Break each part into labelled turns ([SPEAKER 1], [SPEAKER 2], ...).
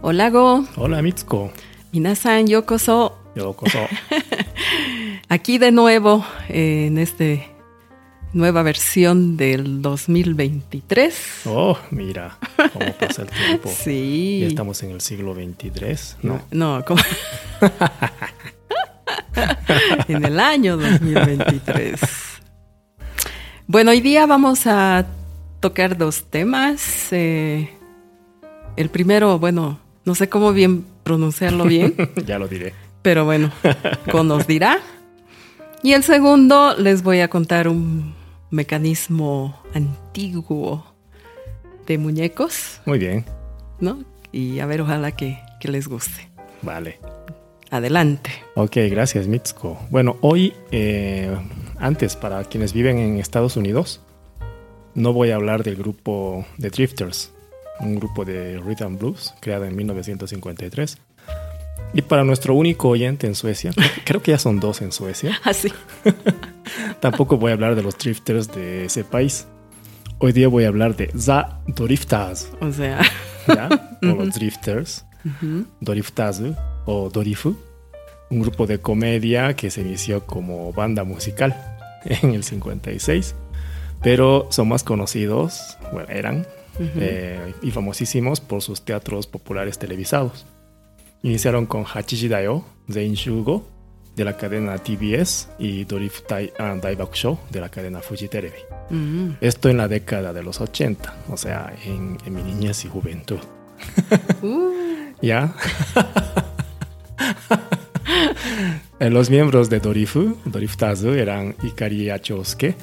[SPEAKER 1] Hola Go,
[SPEAKER 2] Hola Mitsuko,
[SPEAKER 1] Minasan Yokoso,
[SPEAKER 2] yo coso.
[SPEAKER 1] aquí de nuevo eh, en esta nueva versión del 2023.
[SPEAKER 2] Oh, mira cómo pasa el tiempo.
[SPEAKER 1] Sí.
[SPEAKER 2] Ya estamos en el siglo 23, ¿no?
[SPEAKER 1] No, ¿cómo? en el año 2023. Bueno, hoy día vamos a tocar dos temas. eh, el primero, bueno, no sé cómo bien pronunciarlo bien,
[SPEAKER 2] ya lo diré.
[SPEAKER 1] pero bueno, con nos dirá. Y el segundo, les voy a contar un mecanismo antiguo de muñecos,
[SPEAKER 2] Muy bien,
[SPEAKER 1] ¿no? Y a ver, ojalá que, que les guste.
[SPEAKER 2] vale.
[SPEAKER 1] Adelante.
[SPEAKER 2] Ok, gracias Mitsuko. Bueno, hoy, eh, antes, para quienes viven en Estados Unidos, no voy a hablar del grupo de Drifters, un grupo de rhythm blues creado en 1953. Y para nuestro único oyente en Suecia, creo que ya son dos en Suecia,
[SPEAKER 1] Así.
[SPEAKER 2] Tampoco voy a hablar de los drifters de ese país. Hoy día voy a hablar de za Doriftas,
[SPEAKER 1] O sea,
[SPEAKER 2] ¿ya? O los drifters, Doriftazu o Dorifu, un grupo de comedia que se inició como banda musical en el 56, pero son más conocidos, bueno, eran, eh, y famosísimos por sus teatros populares televisados. Iniciaron con Hachiji Dayo, Shugo de la cadena TBS y Dorif Tai and Daibaku Show de la cadena Fuji Televy.
[SPEAKER 1] mm,
[SPEAKER 2] Esto en la década de los 80, o sea, en, en mi niñez y juventud.
[SPEAKER 1] uh,
[SPEAKER 2] ¿Ya? Eh, Los miembros de Dorifu, Doriftazu, eran Ikari Achosuke.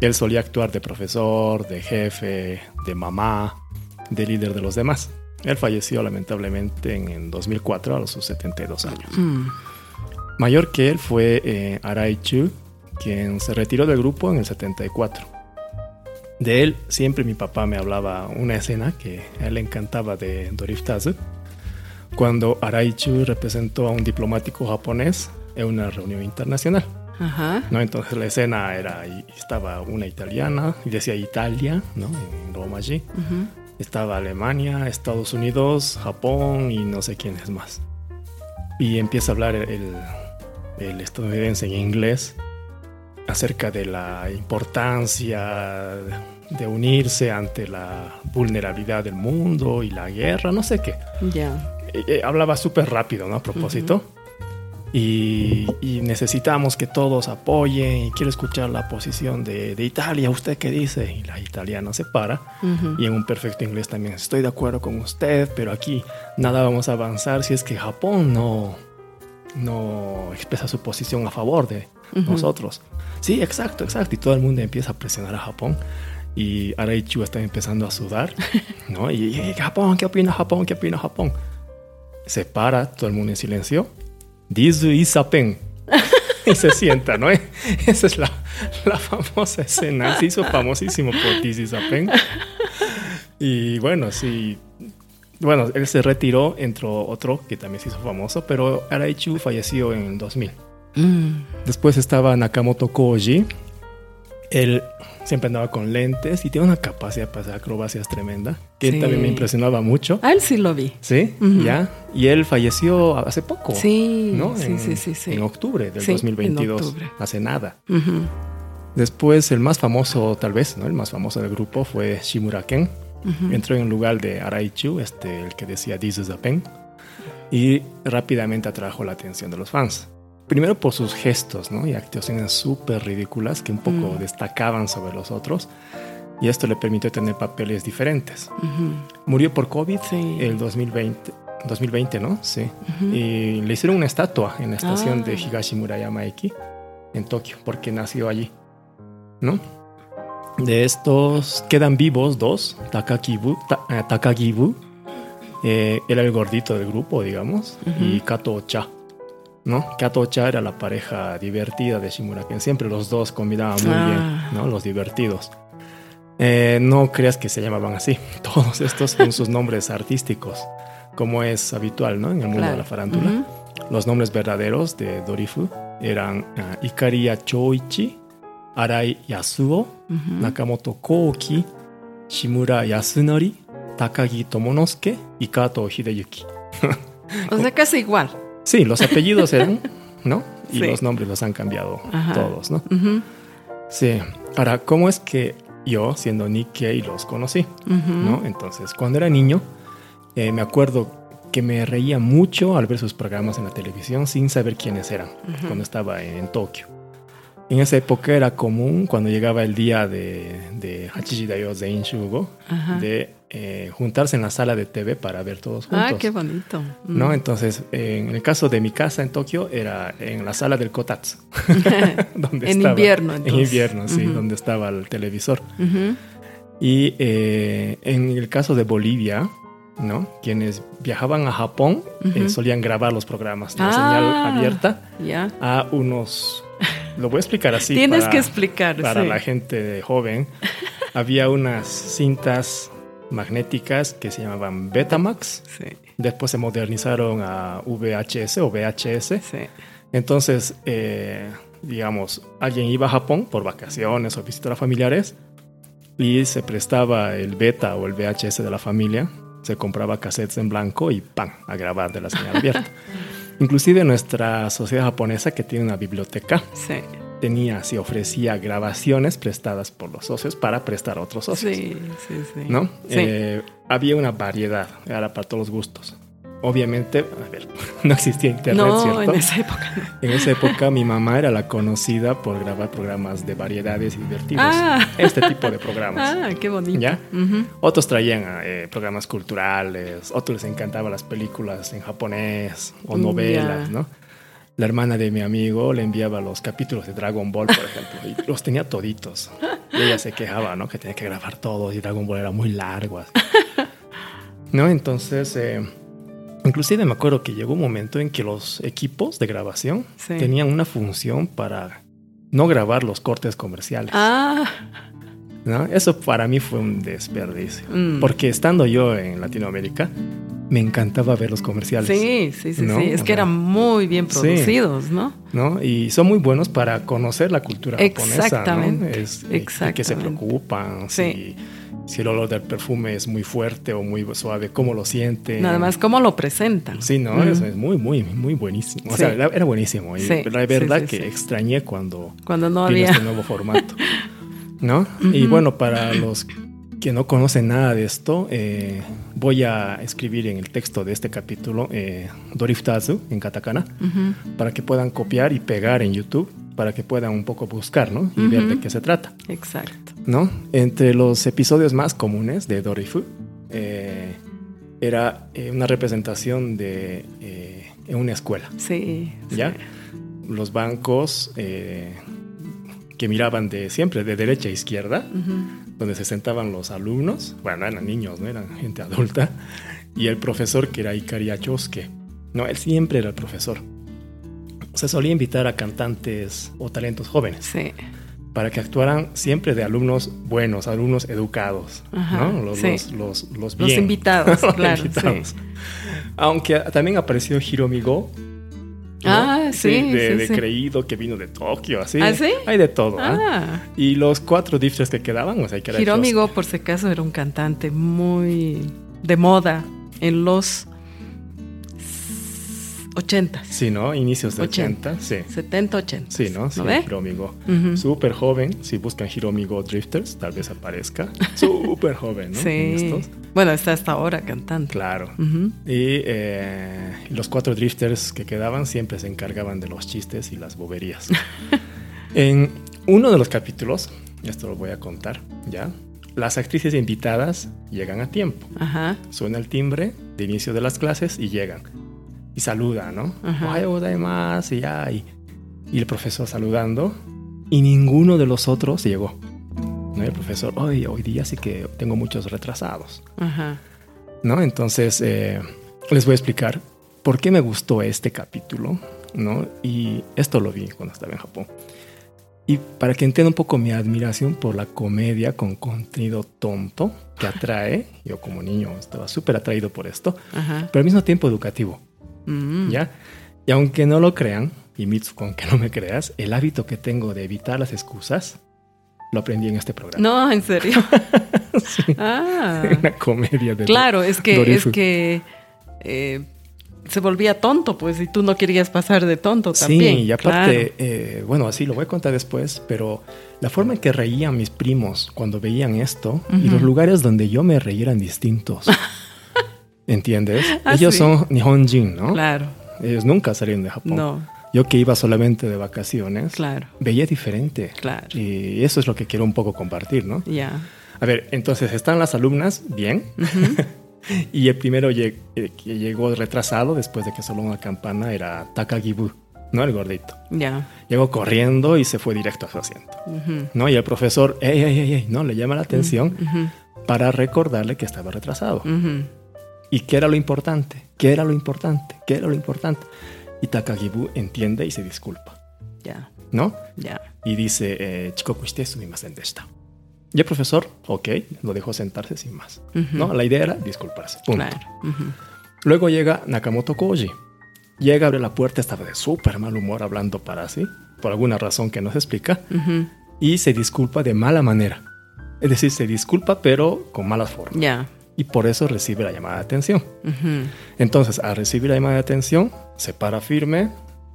[SPEAKER 2] Él solía actuar de profesor, de jefe, de mamá, de líder de los demás. Él falleció lamentablemente en, en 2004 a los sus 72 años.
[SPEAKER 1] mm,
[SPEAKER 2] Mayor que él fue eh, Arai Chu, quien se retiró del grupo en el 74. De él siempre mi papá me hablaba una escena que a él le encantaba de Doriftazu, cuando Arai Chu representó a un diplomático japonés en una reunión internacional.
[SPEAKER 1] ajá.
[SPEAKER 2] ¿no? Entonces la escena era, y estaba una italiana, y decía Italia, ¿no? en Roma allí,
[SPEAKER 1] ujú,
[SPEAKER 2] estaba Alemania, Estados Unidos, Japón y no sé quién es más. Y empieza a hablar el, el estadounidense en inglés acerca de la importancia de unirse ante la vulnerabilidad del mundo y la guerra, no sé qué.
[SPEAKER 1] Ya.
[SPEAKER 2] Eh, eh, hablaba súper rápido, ¿no? A propósito. Y, y necesitamos que todos apoyen y quiero escuchar la posición de, de Italia, ¿usted qué dice? Y la italiana se para
[SPEAKER 1] ujú,
[SPEAKER 2] y en un perfecto inglés también. Estoy de acuerdo con usted, pero aquí nada vamos a avanzar si es que Japón no, no expresa su posición a favor de
[SPEAKER 1] Ujú.
[SPEAKER 2] nosotros. Sí, exacto, exacto. Y todo el mundo empieza a presionar a Japón. Y Araichu está empezando a sudar, ¿no? Y, "Eh, Japón, ¿qué opina Japón? ¿Qué opina Japón? Se para todo el mundo en silencio. Dizu Isapen. Y se sienta, ¿no? Esa es la, la famosa escena. Se hizo famosísimo por Dizu Isapen. Y bueno, sí. Bueno, él se retiró, entró otro que también se hizo famoso, pero Araichu falleció en 2000.
[SPEAKER 1] Mm,
[SPEAKER 2] Después estaba Nakamoto Koji. Él siempre andaba con lentes y tiene una capacidad para hacer acrobacias tremenda, que
[SPEAKER 1] Sí.
[SPEAKER 2] también me impresionaba mucho.
[SPEAKER 1] A él sí lo vi.
[SPEAKER 2] ¿Sí?
[SPEAKER 1] Ujú.
[SPEAKER 2] ¿Ya? Y él falleció hace poco.
[SPEAKER 1] Sí,
[SPEAKER 2] Oh, ¿no?
[SPEAKER 1] sí,
[SPEAKER 2] en,
[SPEAKER 1] sí, sí, sí.
[SPEAKER 2] En octubre del
[SPEAKER 1] Sí, en
[SPEAKER 2] 2022.
[SPEAKER 1] octubre.
[SPEAKER 2] Hace nada.
[SPEAKER 1] Ujú,
[SPEAKER 2] Después, el más famoso, tal vez, ¿no? El más famoso del grupo fue Shimura Ken. Entró en lugar de Araichu, este, el que decía This is a pen. Y rápidamente atrajo la atención de los fans. Primero por sus gestos, ¿no? Y actuaciones súper ridículas que un poco
[SPEAKER 1] Mm.
[SPEAKER 2] destacaban sobre los otros. Y esto le permitió tener papeles diferentes.
[SPEAKER 1] ujú,
[SPEAKER 2] Murió por COVID
[SPEAKER 1] Sí.
[SPEAKER 2] el 2020. 2020, ¿no? Sí. Y le hicieron una estatua en la estación
[SPEAKER 1] Ah.
[SPEAKER 2] de Higashimurayama Eki en Tokio, porque nació allí, ¿no? De estos quedan vivos dos, Takakibu, Ta- eh, Takagibu, eh, era el gordito del grupo, digamos, y Kato Ocha, ¿no? Kato Ocha era la pareja divertida de Shimura, que siempre los dos combinaban muy
[SPEAKER 1] Ah.
[SPEAKER 2] bien, ¿no? Los divertidos. Eh, no creas que se llamaban así. Todos estos son sus nombres artísticos, como es habitual, ¿no? En el mundo de la
[SPEAKER 1] claro.
[SPEAKER 2] farándula.
[SPEAKER 1] Ujú,
[SPEAKER 2] Los nombres verdaderos de Dorifu eran ah, Ikari Choichi, Arai Yasuo,
[SPEAKER 1] ujú.
[SPEAKER 2] Nakamoto Kouki, Shimura Yasunori, Takagi Tomonosuke y Kato Hideyuki.
[SPEAKER 1] O sea, casi igual.
[SPEAKER 2] Sí, los apellidos eran, ¿no? Y
[SPEAKER 1] Sí.
[SPEAKER 2] los nombres los han cambiado
[SPEAKER 1] Ajá.
[SPEAKER 2] todos, ¿no?
[SPEAKER 1] Ujú,
[SPEAKER 2] Sí. Ahora, ¿cómo es que yo, siendo Nikkei, los conocí?
[SPEAKER 1] ujú.
[SPEAKER 2] ¿no? Entonces, cuando era niño, eh, me acuerdo que me reía mucho al ver sus programas en la televisión sin saber quiénes eran cuando estaba en, Tokio. En esa época era común cuando llegaba el día de, de Hachiji Dayo Zenshugo
[SPEAKER 1] Ajá.
[SPEAKER 2] de eh, juntarse en la sala de TV para ver todos juntos.
[SPEAKER 1] Ah, qué bonito. Mm.
[SPEAKER 2] ¿no? Entonces, en el caso de mi casa en Tokio, era en la sala del Kotatsu. donde
[SPEAKER 1] En
[SPEAKER 2] estaba-
[SPEAKER 1] invierno,
[SPEAKER 2] En
[SPEAKER 1] entonces.
[SPEAKER 2] invierno, sí,
[SPEAKER 1] Ujú.
[SPEAKER 2] donde estaba el televisor.
[SPEAKER 1] Ujú,
[SPEAKER 2] Y eh, en el caso de Bolivia, ¿no? Quienes viajaban a Japón eh,
[SPEAKER 1] Ujú.
[SPEAKER 2] solían grabar los programas de
[SPEAKER 1] Ah.
[SPEAKER 2] señal abierta
[SPEAKER 1] Ya.
[SPEAKER 2] a unos... Lo voy a explicar así.
[SPEAKER 1] Tienes
[SPEAKER 2] para-
[SPEAKER 1] que explicar.
[SPEAKER 2] Para
[SPEAKER 1] sí.
[SPEAKER 2] la gente joven, había unas cintas magnéticas que se llamaban Betamax.
[SPEAKER 1] Sí,
[SPEAKER 2] Después se modernizaron a VHS o VHS.
[SPEAKER 1] sí.
[SPEAKER 2] Entonces, eh, digamos, alguien iba a Japón por vacaciones o visitar a familiares y se prestaba el beta o el VHS de la familia, se compraba cassettes en blanco y ¡pam! a grabar de la señal abierta. Inclusive nuestra sociedad japonesa que tiene una biblioteca
[SPEAKER 1] Sí.
[SPEAKER 2] tenía, se ofrecía grabaciones prestadas por los socios para prestar a otros socios.
[SPEAKER 1] Sí, sí, sí.
[SPEAKER 2] ¿no?
[SPEAKER 1] Sí.
[SPEAKER 2] Eh, había una variedad, era para todos los gustos. Obviamente, a ver, no existía internet,
[SPEAKER 1] no,
[SPEAKER 2] ¿cierto?
[SPEAKER 1] en esa época.
[SPEAKER 2] En esa época mi mamá era la conocida por grabar programas de variedades y divertidos.
[SPEAKER 1] Ah.
[SPEAKER 2] Este tipo de programas.
[SPEAKER 1] Ah, qué bonito.
[SPEAKER 2] ¿Ya?
[SPEAKER 1] Ujú.
[SPEAKER 2] Otros traían eh, programas culturales, otros les encantaban las películas en japonés o
[SPEAKER 1] Mm,
[SPEAKER 2] novelas,
[SPEAKER 1] ya.
[SPEAKER 2] ¿no? La hermana de mi amigo le enviaba los capítulos de Dragon Ball, por ejemplo, y los tenía toditos. Y ella se quejaba, ¿no? Que tenía que grabar todo y Dragon Ball era muy largo. así. ¿No? Entonces, eh, inclusive me acuerdo que llegó un momento en que los equipos de grabación
[SPEAKER 1] Sí.
[SPEAKER 2] tenían una función para no grabar los cortes comerciales.
[SPEAKER 1] Ah,
[SPEAKER 2] ¿no? Eso para mí fue un desperdicio.
[SPEAKER 1] mm.
[SPEAKER 2] Porque estando yo en Latinoamérica, me encantaba ver los comerciales.
[SPEAKER 1] Sí, sí, sí,
[SPEAKER 2] ¿no?
[SPEAKER 1] sí. Es
[SPEAKER 2] O
[SPEAKER 1] que
[SPEAKER 2] sea,
[SPEAKER 1] eran muy bien
[SPEAKER 2] sí.
[SPEAKER 1] producidos, ¿no?
[SPEAKER 2] ¿no? Y son muy buenos para conocer la cultura japonesa.
[SPEAKER 1] Exactamente,
[SPEAKER 2] ¿no? Es- y- y Que se
[SPEAKER 1] exactamente.
[SPEAKER 2] preocupan.
[SPEAKER 1] Sí.
[SPEAKER 2] Si, si el olor del perfume es muy fuerte o muy suave, ¿cómo lo sienten?
[SPEAKER 1] Nada más cómo lo presentan.
[SPEAKER 2] Sí, no,
[SPEAKER 1] Mm.
[SPEAKER 2] eso es muy, muy, muy buenísimo. O
[SPEAKER 1] Sí.
[SPEAKER 2] sea, era, era buenísimo. Y
[SPEAKER 1] Sí,
[SPEAKER 2] la
[SPEAKER 1] sí,
[SPEAKER 2] verdad
[SPEAKER 1] sí,
[SPEAKER 2] que
[SPEAKER 1] sí.
[SPEAKER 2] extrañé cuando
[SPEAKER 1] Cuando no
[SPEAKER 2] vino
[SPEAKER 1] había.
[SPEAKER 2] este nuevo formato. ¿No? Y bueno, para los que no conocen nada de esto, eh, voy a escribir en el texto de este capítulo eh, Doriftazu en katakana
[SPEAKER 1] Ujú.
[SPEAKER 2] para que puedan copiar y pegar en YouTube, para que puedan un poco buscar, ¿no? Y ver de qué se trata,
[SPEAKER 1] Exacto.
[SPEAKER 2] ¿no? Entre los episodios más comunes de Dorifu eh, era eh, una representación de eh, en una escuela.
[SPEAKER 1] Sí. sí.
[SPEAKER 2] ¿ya? Los bancos eh, que miraban de siempre de derecha a izquierda,
[SPEAKER 1] Ujú.
[SPEAKER 2] donde se sentaban los alumnos, bueno, eran niños, no eran gente adulta, y el profesor que era Ikari Achosuke. No, él siempre era el profesor. Se solía invitar a cantantes o talentos jóvenes
[SPEAKER 1] Sí.
[SPEAKER 2] para que actuaran siempre de alumnos buenos, alumnos educados,
[SPEAKER 1] Ajá,
[SPEAKER 2] ¿no? Los,
[SPEAKER 1] sí.
[SPEAKER 2] los, los, los
[SPEAKER 1] Los
[SPEAKER 2] bien.
[SPEAKER 1] invitados,
[SPEAKER 2] Los
[SPEAKER 1] claro. sí.
[SPEAKER 2] invitados. Aunque también apareció Hiromi Go. ¿no?
[SPEAKER 1] Ah, sí,
[SPEAKER 2] de,
[SPEAKER 1] sí,
[SPEAKER 2] de
[SPEAKER 1] sí.
[SPEAKER 2] creído que vino de Tokio, así.
[SPEAKER 1] ¿Ah, sí?
[SPEAKER 2] Hay de todo. ¿ah?
[SPEAKER 1] Ah,
[SPEAKER 2] Y los cuatro diftres que quedaban, o sea, que era
[SPEAKER 1] Hiromi
[SPEAKER 2] Jos-
[SPEAKER 1] Go, por si acaso, era un cantante muy de moda en los 80,
[SPEAKER 2] Sí, ¿no? Inicios de
[SPEAKER 1] 80.
[SPEAKER 2] 80. Sí,
[SPEAKER 1] 70, 80.
[SPEAKER 2] sí, ¿no? Sí,
[SPEAKER 1] ¿Lo ve? Mm.
[SPEAKER 2] Hiromi Go.
[SPEAKER 1] Ujú.
[SPEAKER 2] Súper joven. Si buscan Hiromi Go Drifters, tal vez aparezca. Súper joven, ¿no? En
[SPEAKER 1] Sí.
[SPEAKER 2] estos.
[SPEAKER 1] Bueno, está hasta ahora cantante.
[SPEAKER 2] Claro.
[SPEAKER 1] Ujú.
[SPEAKER 2] Y eh, los cuatro drifters que quedaban siempre se encargaban de los chistes y las boberías. en uno de los capítulos, esto lo voy a contar ya, las actrices invitadas llegan a tiempo.
[SPEAKER 1] Ajá.
[SPEAKER 2] Suena el timbre de inicio de las clases y llegan. Y saludan, ¿no?
[SPEAKER 1] Ajá.
[SPEAKER 2] Ohayou gozaimasu", y ya. Y, y el profesor saludando. Y ninguno de los otros llegó. ¿No? Y El profesor, hoy, hoy día sí que tengo muchos retrasados.
[SPEAKER 1] Ajá.
[SPEAKER 2] ¿no? Entonces, eh, les voy a explicar por qué me gustó este capítulo, ¿no? Y esto lo vi cuando estaba en Japón. Y para que entienda un poco mi admiración por la comedia con contenido tonto que atrae, yo como niño estaba súper atraído por esto,
[SPEAKER 1] Ajá.
[SPEAKER 2] pero al mismo tiempo educativo,
[SPEAKER 1] Mm.
[SPEAKER 2] ¿ya? Y aunque no lo crean, y Mitsu con que no me creas, el hábito que tengo de evitar las excusas, lo aprendí en este programa.
[SPEAKER 1] No, en serio.
[SPEAKER 2] Sí.
[SPEAKER 1] Ah,
[SPEAKER 2] Una comedia de
[SPEAKER 1] claro, es que, es
[SPEAKER 2] Dorifu.
[SPEAKER 1] que eh, se volvía tonto, pues, y tú no querías pasar de tonto también.
[SPEAKER 2] Sí, y
[SPEAKER 1] claro.
[SPEAKER 2] aparte, eh, bueno, así lo voy a contar después, pero la forma en que reían mis primos cuando veían esto y los lugares donde yo me reí eran distintos. ¿Entiendes?
[SPEAKER 1] Ah,
[SPEAKER 2] Ellos
[SPEAKER 1] sí.
[SPEAKER 2] son Nihonjin, ¿no? Oh.
[SPEAKER 1] Claro,
[SPEAKER 2] Ellos nunca salieron de Japón.
[SPEAKER 1] no,
[SPEAKER 2] Yo que iba solamente de vacaciones,
[SPEAKER 1] claro,
[SPEAKER 2] veía diferente.
[SPEAKER 1] Claro.
[SPEAKER 2] Y eso es lo que quiero un poco compartir, ¿no?
[SPEAKER 1] ya.
[SPEAKER 2] A ver, entonces están las alumnas bien. y el primero lleg- eh, que llegó retrasado después de que solo una campana era Takagibu, ¿no? El gordito.
[SPEAKER 1] Ya.
[SPEAKER 2] Llegó corriendo y se fue directo a su asiento.
[SPEAKER 1] ujú,
[SPEAKER 2] ¿No? Y el profesor, ey, ey, ey, ey, no, le
[SPEAKER 1] Mm.
[SPEAKER 2] llama la atención
[SPEAKER 1] ujú,
[SPEAKER 2] para recordarle que estaba retrasado.
[SPEAKER 1] ujú.
[SPEAKER 2] ¿Y qué era lo importante? ¿Qué era lo importante? ¿Qué era lo importante? Y Takagibu entiende y se disculpa,
[SPEAKER 1] Ya,
[SPEAKER 2] ¿no?
[SPEAKER 1] ya.
[SPEAKER 2] Y dice, eh, Chikoku shite sumimasen deshita". Y el profesor, ok, lo dejó sentarse sin más.
[SPEAKER 1] ujú,
[SPEAKER 2] ¿no? La idea era disculparse. punto.
[SPEAKER 1] Claro. ujú,
[SPEAKER 2] Luego llega Nakamoto Koji. Llega, abre la puerta, estaba de súper mal humor hablando para sí, por alguna razón que no se explica,
[SPEAKER 1] ujú,
[SPEAKER 2] y se disculpa de mala manera. Es decir, se disculpa pero con malas formas.
[SPEAKER 1] Ya.
[SPEAKER 2] Y por eso recibe la llamada de atención.
[SPEAKER 1] ujú,
[SPEAKER 2] Entonces, al recibir la llamada de atención, se para firme,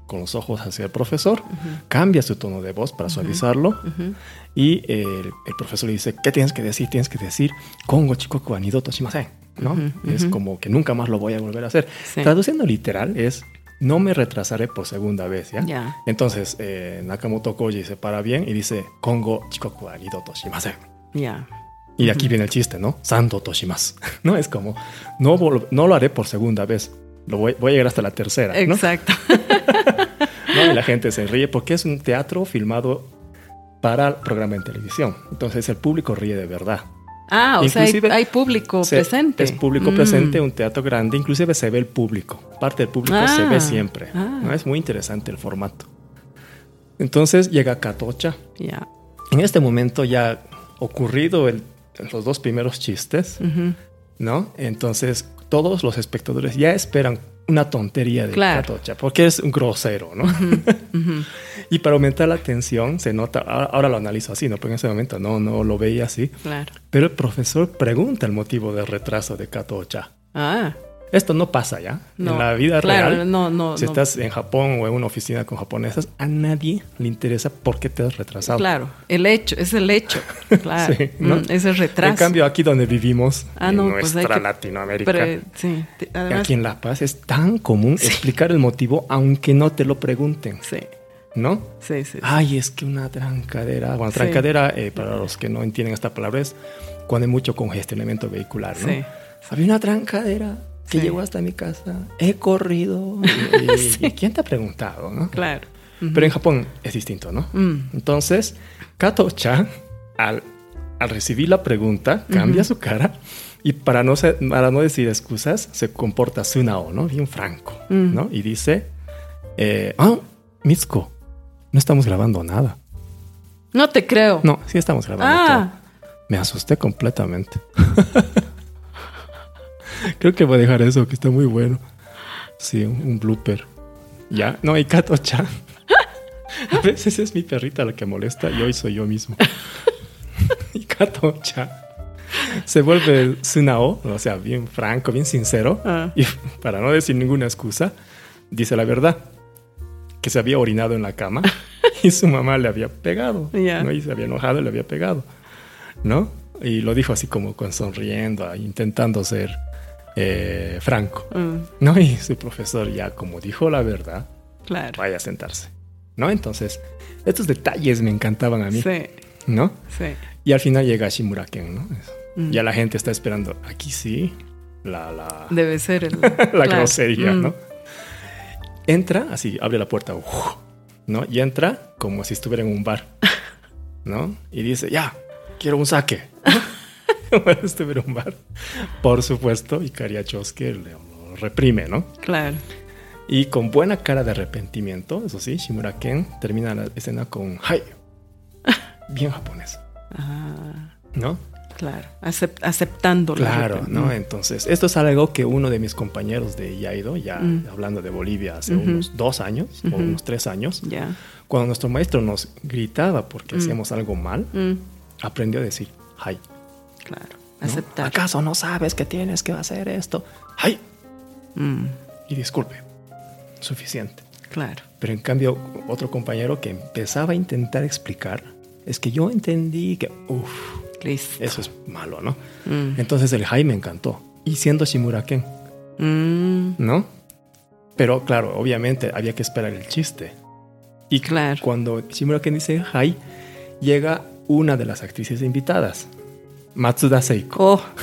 [SPEAKER 2] con los ojos hacia el profesor, cambia su tono de voz para suavizarlo,
[SPEAKER 1] ujú,
[SPEAKER 2] y eh, el, el profesor le dice, ¿qué tienes que decir? Tienes que decir, Kongo Chikoku Anidoto Shimasen. ¿no?
[SPEAKER 1] Ujú,
[SPEAKER 2] Es
[SPEAKER 1] ujú.
[SPEAKER 2] como que nunca más lo voy a volver a hacer.
[SPEAKER 1] Sí.
[SPEAKER 2] Traduciendo literal es, no me retrasaré por segunda vez. ¿ya?
[SPEAKER 1] Ya.
[SPEAKER 2] Entonces eh, Nakamoto Koji se para bien y dice, Kongo Chikoku Anidoto Shimasen.
[SPEAKER 1] Ya.
[SPEAKER 2] Y aquí viene el chiste, ¿no? Sando Toshimas. No es como, no, vol- no lo haré por segunda vez. Lo voy, voy a llegar hasta la tercera. ¿no?
[SPEAKER 1] Exacto.
[SPEAKER 2] ¿no? Y la gente se ríe porque es un teatro filmado para el programa en televisión. Entonces el público ríe de verdad.
[SPEAKER 1] Ah, o sea, hay,
[SPEAKER 2] Inclusive,
[SPEAKER 1] hay público
[SPEAKER 2] Se-
[SPEAKER 1] presente.
[SPEAKER 2] Es público
[SPEAKER 1] Mm,
[SPEAKER 2] presente, un teatro grande. Inclusive se ve el público. Parte del público se
[SPEAKER 1] Ah,
[SPEAKER 2] ve siempre.
[SPEAKER 1] ah.
[SPEAKER 2] ¿no? Es muy interesante el formato. Entonces llega Catocha.
[SPEAKER 1] Ya.
[SPEAKER 2] En este momento ya ocurrido el- los dos primeros chistes,
[SPEAKER 1] ujú,
[SPEAKER 2] ¿no? Entonces todos los espectadores ya esperan una tontería de
[SPEAKER 1] Claro.
[SPEAKER 2] Catocha porque es un grosero, ¿no?
[SPEAKER 1] ujú,
[SPEAKER 2] Y para aumentar la tensión, se nota, ahora, ahora lo analizo así, ¿no? Pero en ese momento no, no lo veía así.
[SPEAKER 1] Claro.
[SPEAKER 2] Pero el profesor pregunta el motivo del retraso de Katocha.
[SPEAKER 1] Ah,
[SPEAKER 2] Esto no pasa ya.
[SPEAKER 1] no.
[SPEAKER 2] en la vida
[SPEAKER 1] claro,
[SPEAKER 2] real,
[SPEAKER 1] no, no.
[SPEAKER 2] si
[SPEAKER 1] no,
[SPEAKER 2] estás en Japón o en una oficina con japonesas, a nadie le interesa por qué te has retrasado.
[SPEAKER 1] Claro, el hecho, es el hecho. Claro.
[SPEAKER 2] Sí, ¿no?
[SPEAKER 1] Mm, es el retraso.
[SPEAKER 2] En cambio, aquí donde vivimos,
[SPEAKER 1] Ah,
[SPEAKER 2] en
[SPEAKER 1] no, pues
[SPEAKER 2] nuestra
[SPEAKER 1] hay que-
[SPEAKER 2] Latinoamérica,
[SPEAKER 1] Pero, sí, te- además,
[SPEAKER 2] aquí en La Paz, es tan común explicar el motivo aunque no te lo pregunten,
[SPEAKER 1] sí,
[SPEAKER 2] ¿no?
[SPEAKER 1] sí, sí.
[SPEAKER 2] Ay, es que una trancadera. Bueno,
[SPEAKER 1] Sí.
[SPEAKER 2] trancadera, eh, para los que no entienden esta palabra, es cuando hay mucho congestionamiento vehicular, ¿no?
[SPEAKER 1] Sí.
[SPEAKER 2] Había una trancadera que
[SPEAKER 1] Sí.
[SPEAKER 2] llegó hasta mi casa. He corrido. Y- y- y ¿Quién te ha preguntado, no?
[SPEAKER 1] Claro. Ujú.
[SPEAKER 2] Pero en Japón es distinto, ¿no?
[SPEAKER 1] Mm,
[SPEAKER 2] Entonces, Kato-chan, al, al recibir la pregunta, cambia su cara y para no, se- para no decir excusas, se comporta Sunao, ¿no? Bien franco,
[SPEAKER 1] Mm.
[SPEAKER 2] ¿no? Y dice, eh, ah, Mitsuko, no estamos grabando nada.
[SPEAKER 1] No te creo.
[SPEAKER 2] No, sí estamos grabando
[SPEAKER 1] Ah.
[SPEAKER 2] todo. Me asusté completamente. Creo que voy a dejar eso, que está muy bueno. Sí, un, un blooper. Ya, no, y Kato-chan. A veces es mi perrita la que molesta y hoy soy yo mismo. Y Kato-chan se vuelve Sunao, o sea, bien franco, bien sincero.
[SPEAKER 1] Ah.
[SPEAKER 2] Y para no decir ninguna excusa, dice la verdad. Que se había orinado en la cama y su mamá le había pegado.
[SPEAKER 1] Ya.
[SPEAKER 2] ¿no? Y se había enojado y le había pegado. ¿No? Y lo dijo así como con sonriendo, ah, intentando ser eh, franco.
[SPEAKER 1] Mm,
[SPEAKER 2] ¿No? Y su profesor ya como dijo la verdad,
[SPEAKER 1] claro.
[SPEAKER 2] vaya a sentarse. ¿No? Entonces, estos detalles me encantaban a mí.
[SPEAKER 1] Sí,
[SPEAKER 2] ¿No?
[SPEAKER 1] sí.
[SPEAKER 2] Y al final llega Shimuraken, ¿no?
[SPEAKER 1] Mm.
[SPEAKER 2] Ya la gente está esperando. Aquí sí, la, la,
[SPEAKER 1] Debe ser el-
[SPEAKER 2] la
[SPEAKER 1] claro.
[SPEAKER 2] grosería,
[SPEAKER 1] Mm,
[SPEAKER 2] ¿no? Entra, así, abre la puerta, ¡uf! ¿no? Y entra como si estuviera en un bar, ¿no? Y dice, ya, quiero un saque. Como si estuviera en un bar. Por supuesto, y Kariachowski le- lo reprime, ¿no?
[SPEAKER 1] Claro.
[SPEAKER 2] Y con buena cara de arrepentimiento, eso sí, Shimuraken termina la escena con, ¡ay! Bien japonés,
[SPEAKER 1] Ah,
[SPEAKER 2] ¿no?
[SPEAKER 1] claro. Acep- aceptándolo.
[SPEAKER 2] Claro,
[SPEAKER 1] Mm,
[SPEAKER 2] ¿no? Entonces, esto es algo que uno de mis compañeros de Yaido, ya
[SPEAKER 1] Mm.
[SPEAKER 2] hablando de Bolivia hace
[SPEAKER 1] Ujú.
[SPEAKER 2] unos dos años o
[SPEAKER 1] Ujú.
[SPEAKER 2] unos tres años,
[SPEAKER 1] Ya.
[SPEAKER 2] cuando nuestro maestro nos gritaba porque
[SPEAKER 1] Mm.
[SPEAKER 2] hacíamos algo mal,
[SPEAKER 1] Mm,
[SPEAKER 2] aprendió a decir hi.
[SPEAKER 1] Claro.
[SPEAKER 2] ¿no?
[SPEAKER 1] Aceptar.
[SPEAKER 2] ¿Acaso no sabes que tienes que hacer esto? ¡Ay!
[SPEAKER 1] Mm,
[SPEAKER 2] Y disculpe, suficiente.
[SPEAKER 1] claro.
[SPEAKER 2] Pero en cambio, otro compañero que empezaba a intentar explicar es que yo entendí que, uff,
[SPEAKER 1] Listo.
[SPEAKER 2] eso es malo, ¿no?
[SPEAKER 1] Mm,
[SPEAKER 2] Entonces el Jaime encantó. Y siendo Shimuraken,
[SPEAKER 1] mm,
[SPEAKER 2] ¿no? Pero claro, obviamente había que esperar el chiste. Y
[SPEAKER 1] Claro.
[SPEAKER 2] cuando Shimuraken dice hi, llega una de las actrices invitadas, Matsuda Seiko.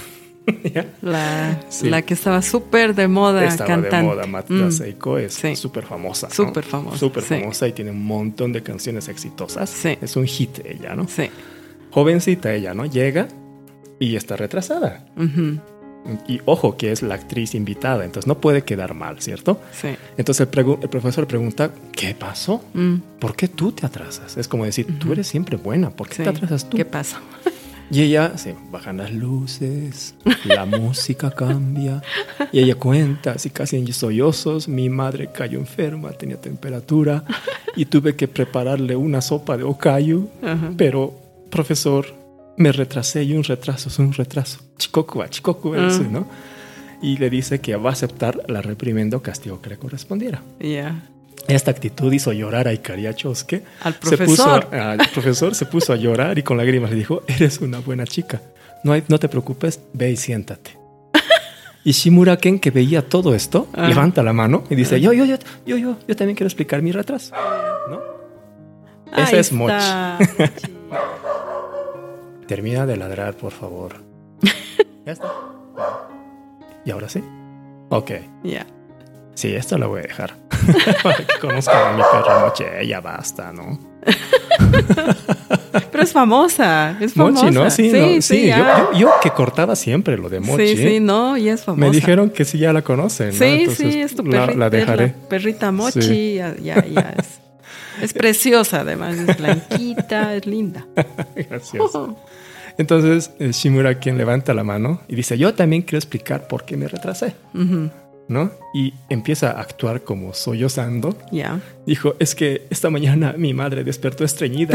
[SPEAKER 1] Oh,
[SPEAKER 2] ¿ya?
[SPEAKER 1] la,
[SPEAKER 2] Sí.
[SPEAKER 1] la que estaba súper de moda
[SPEAKER 2] Estaba
[SPEAKER 1] cantante.
[SPEAKER 2] de moda, Matsuda
[SPEAKER 1] Mm,
[SPEAKER 2] Seiko es
[SPEAKER 1] Sí.
[SPEAKER 2] súper famosa. ¿no?
[SPEAKER 1] Súper famosa,
[SPEAKER 2] Súper
[SPEAKER 1] sí.
[SPEAKER 2] famosa y tiene un montón de canciones exitosas.
[SPEAKER 1] Sí.
[SPEAKER 2] Es un hit ella, ¿no?
[SPEAKER 1] Sí.
[SPEAKER 2] Jovencita ella, ¿no? Llega y está retrasada.
[SPEAKER 1] ujú,
[SPEAKER 2] Y ojo que es la actriz invitada, entonces no puede quedar mal, ¿cierto?
[SPEAKER 1] Sí.
[SPEAKER 2] Entonces el, pregu- el profesor pregunta, ¿qué pasó?
[SPEAKER 1] mm,
[SPEAKER 2] ¿Por qué tú te atrasas? Es como decir, tú
[SPEAKER 1] Ujú.
[SPEAKER 2] eres siempre buena, ¿por qué
[SPEAKER 1] sí.
[SPEAKER 2] te atrasas tú?
[SPEAKER 1] ¿Qué pasa?
[SPEAKER 2] Y ella se bajan las luces, la música cambia. Y ella cuenta, así casi en sollozos, mi madre cayó enferma, tenía temperatura y tuve que prepararle una sopa de okayu.
[SPEAKER 1] Ajá.
[SPEAKER 2] Pero, profesor, me retrasé y un retraso es un retraso. Chikoku chikoku
[SPEAKER 1] Ah.
[SPEAKER 2] ¿no? Y le dice que va a aceptar la reprimenda o castigo que le correspondiera.
[SPEAKER 1] Ya.
[SPEAKER 2] Esta actitud hizo llorar a Ikari Achosuke.
[SPEAKER 1] Al
[SPEAKER 2] Se puso a-
[SPEAKER 1] profesor.
[SPEAKER 2] al profesor se puso a llorar y con lágrimas le dijo, eres una buena chica. No, hay, no te preocupes, ve y siéntate. Y Shimura Ken, que veía todo esto,
[SPEAKER 1] Ah.
[SPEAKER 2] levanta la mano y dice, yo, yo, yo, yo, yo, yo también quiero explicar mi retraso. ¿No? Esa
[SPEAKER 1] Ahí
[SPEAKER 2] es Mochi.
[SPEAKER 1] está, Mochi.
[SPEAKER 2] Termina de ladrar, por favor. ya está. ¿Y ahora sí? Ok.
[SPEAKER 1] Ya.
[SPEAKER 2] Sí, esta la voy a dejar. Para que conozcan a mi perro Moche, ya basta, ¿no?
[SPEAKER 1] Pero es famosa. Es famosa.
[SPEAKER 2] Mochi, ¿no? Sí,
[SPEAKER 1] sí,
[SPEAKER 2] no,
[SPEAKER 1] sí,
[SPEAKER 2] sí, yo,
[SPEAKER 1] ya.
[SPEAKER 2] yo- yo que cortaba siempre lo de Mochi. ¿eh?
[SPEAKER 1] Sí, sí, no, y es famosa.
[SPEAKER 2] Me dijeron que sí, ya la conocen. ¿no?
[SPEAKER 1] Sí,
[SPEAKER 2] Entonces,
[SPEAKER 1] sí, es tu
[SPEAKER 2] la,
[SPEAKER 1] perrita.
[SPEAKER 2] la dejaré.
[SPEAKER 1] es la perrita Mochi,
[SPEAKER 2] Sí.
[SPEAKER 1] ya, ya, ya Es, es preciosa, además, es blanquita, es linda.
[SPEAKER 2] Gracias. Entonces, eh, Shimura quien levanta la mano y dice, yo también quiero explicar por qué me retrasé,
[SPEAKER 1] Ujú,
[SPEAKER 2] ¿no? Y empieza a actuar como sollozando.
[SPEAKER 1] Ya.
[SPEAKER 2] Dijo, es que esta mañana mi madre despertó estreñida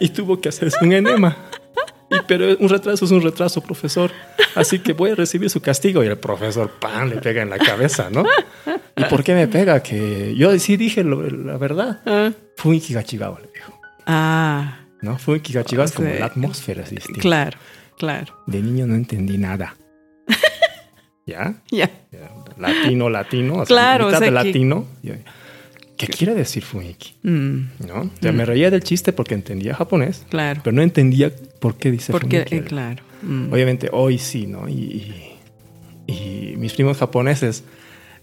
[SPEAKER 2] y tuvo que hacerse un enema. Y, pero un retraso es un retraso, profesor. Así que voy a recibir su castigo. Y el profesor, pan, le pega en la cabeza, ¿no? ¿Y por qué me pega? Que yo sí dije lo- la verdad.
[SPEAKER 1] Ah,
[SPEAKER 2] Fue un gigachigawa, le dijo.
[SPEAKER 1] Ah,
[SPEAKER 2] ¿No? Fue un gigachigawa, es como
[SPEAKER 1] Sí.
[SPEAKER 2] la atmósfera es distinta.
[SPEAKER 1] claro, claro.
[SPEAKER 2] De niño no entendí nada. ¿Ya?
[SPEAKER 1] Ya.
[SPEAKER 2] Latino, latino. o sea,
[SPEAKER 1] Claro, o
[SPEAKER 2] mitad
[SPEAKER 1] sea,
[SPEAKER 2] de
[SPEAKER 1] que-
[SPEAKER 2] latino. Yo, ¿Qué quiere decir Funiki?
[SPEAKER 1] Mm,
[SPEAKER 2] ¿no? O sea, me reía del chiste porque entendía japonés,
[SPEAKER 1] claro.
[SPEAKER 2] pero no entendía por qué dice
[SPEAKER 1] Porque,
[SPEAKER 2] Funiki.
[SPEAKER 1] eh, claro. mm,
[SPEAKER 2] Obviamente hoy sí, ¿no? Y, y- y mis primos japoneses